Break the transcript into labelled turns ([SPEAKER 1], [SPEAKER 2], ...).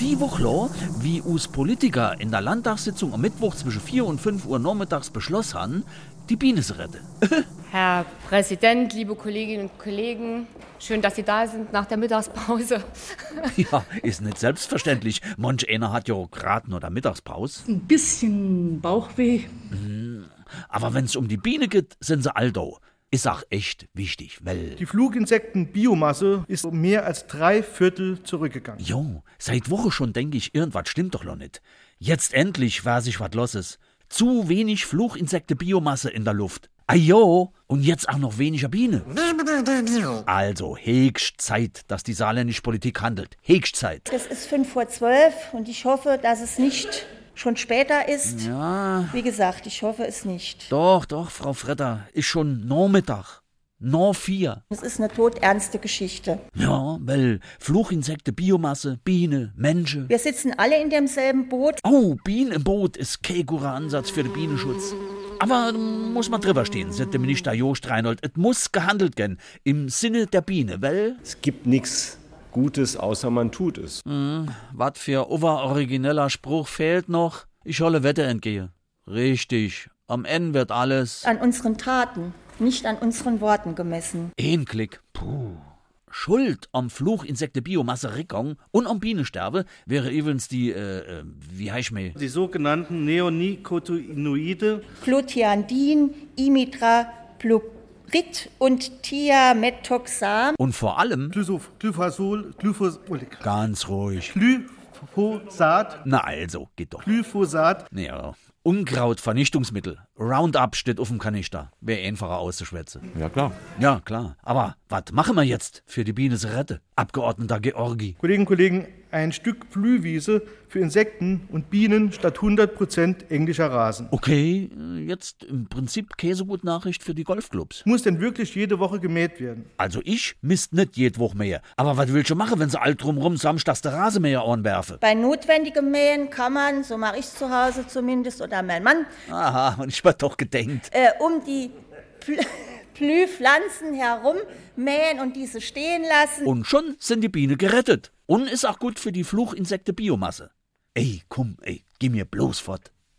[SPEAKER 1] die Woche lang, wie us Politiker in der Landtagssitzung am Mittwoch zwischen 4 und 5 Uhr nachmittags beschlossen haben, die Biene zu retten.
[SPEAKER 2] Herr Präsident, liebe Kolleginnen und Kollegen, schön, dass Sie da sind nach der Mittagspause.
[SPEAKER 1] ja, ist nicht selbstverständlich. Manch einer hat ja gerade nur der Mittagspause.
[SPEAKER 3] Ein bisschen Bauchweh.
[SPEAKER 1] Aber wenn es um die Biene geht, sind sie alldau. Ist auch echt wichtig, weil.
[SPEAKER 4] Die Fluginsektenbiomasse ist um mehr als drei Viertel zurückgegangen.
[SPEAKER 1] Jo, seit Woche schon denke ich, irgendwas stimmt doch noch nicht. Jetzt endlich weiß ich, was los ist. Zu wenig Fluchinsekte-Biomasse in der Luft. Ajo, und jetzt auch noch weniger Biene. Also, hegst Zeit, dass die saarländische Politik handelt. Hegst Zeit.
[SPEAKER 5] Es ist 5 vor 12 und ich hoffe, dass es nicht schon später ist.
[SPEAKER 1] Ja,
[SPEAKER 5] Wie gesagt, ich hoffe es nicht.
[SPEAKER 1] doch, doch, Frau Fretter, ist schon Nachmittag. Noch vier.
[SPEAKER 5] Es ist eine todernste Geschichte.
[SPEAKER 1] Ja, weil Fluchinsekte, Biomasse, Biene, Menschen.
[SPEAKER 5] Wir sitzen alle in demselben Boot.
[SPEAKER 1] Oh, Bienen im Boot ist kein guter Ansatz für den Bienenschutz. Aber ähm, muss man drüber stehen, sagte Minister Jost Reinhold. Es muss gehandelt werden. Im Sinne der Biene, weil.
[SPEAKER 6] Es gibt nichts Gutes, außer man tut es.
[SPEAKER 1] Was für overorigineller Spruch fehlt noch? Ich holle Wette entgehe. Richtig. Am Ende wird alles.
[SPEAKER 5] An unseren Taten, nicht an unseren Worten gemessen.
[SPEAKER 1] Ein Klick. Puh. Schuld am Fluchinsekte Biomasse Rickung und am Bienensterbe wäre übrigens die, äh, äh, wie heißt mir?
[SPEAKER 4] Die sogenannten Neonicotinoide
[SPEAKER 5] Glutiandin, Imidraploprid und Thiamethoxam.
[SPEAKER 1] Und vor allem,
[SPEAKER 4] Glysof, Glyphosol, Glyphos, Glyphosat,
[SPEAKER 1] ganz ruhig.
[SPEAKER 4] Glyphosat,
[SPEAKER 1] Na also, geht doch.
[SPEAKER 4] Glyphosat,
[SPEAKER 1] Ja, Unkrautvernichtungsmittel. Roundup steht auf dem Kanister. Wäre einfacher auszuschwätzen.
[SPEAKER 7] Ja klar.
[SPEAKER 1] Ja, klar. Aber was machen wir jetzt für die Biene zu retten? Abgeordneter Georgi.
[SPEAKER 4] Kolleginnen und Kollegen, ein Stück Blühwiese für Insekten und Bienen statt 100% englischer Rasen.
[SPEAKER 1] Okay, jetzt im Prinzip Käsegutnachricht für die Golfclubs.
[SPEAKER 4] Muss denn wirklich jede Woche gemäht werden?
[SPEAKER 1] Also ich misst nicht jede Woche mehr. Aber was willst du machen, wenn sie all drumrum samstags der Rasenmäher anwerfe?
[SPEAKER 5] Bei notwendigem Mähen kann man, so mache ich es zu Hause zumindest oder mein Mann,
[SPEAKER 1] Aha, und ich war doch gedenkt.
[SPEAKER 5] äh, um die Pl Blühpflanzen herum mähen und diese stehen lassen.
[SPEAKER 1] Und schon sind die Biene gerettet. Und ist auch gut für die Fluchinsekte Biomasse. Ey, komm, ey, geh mir bloß fort.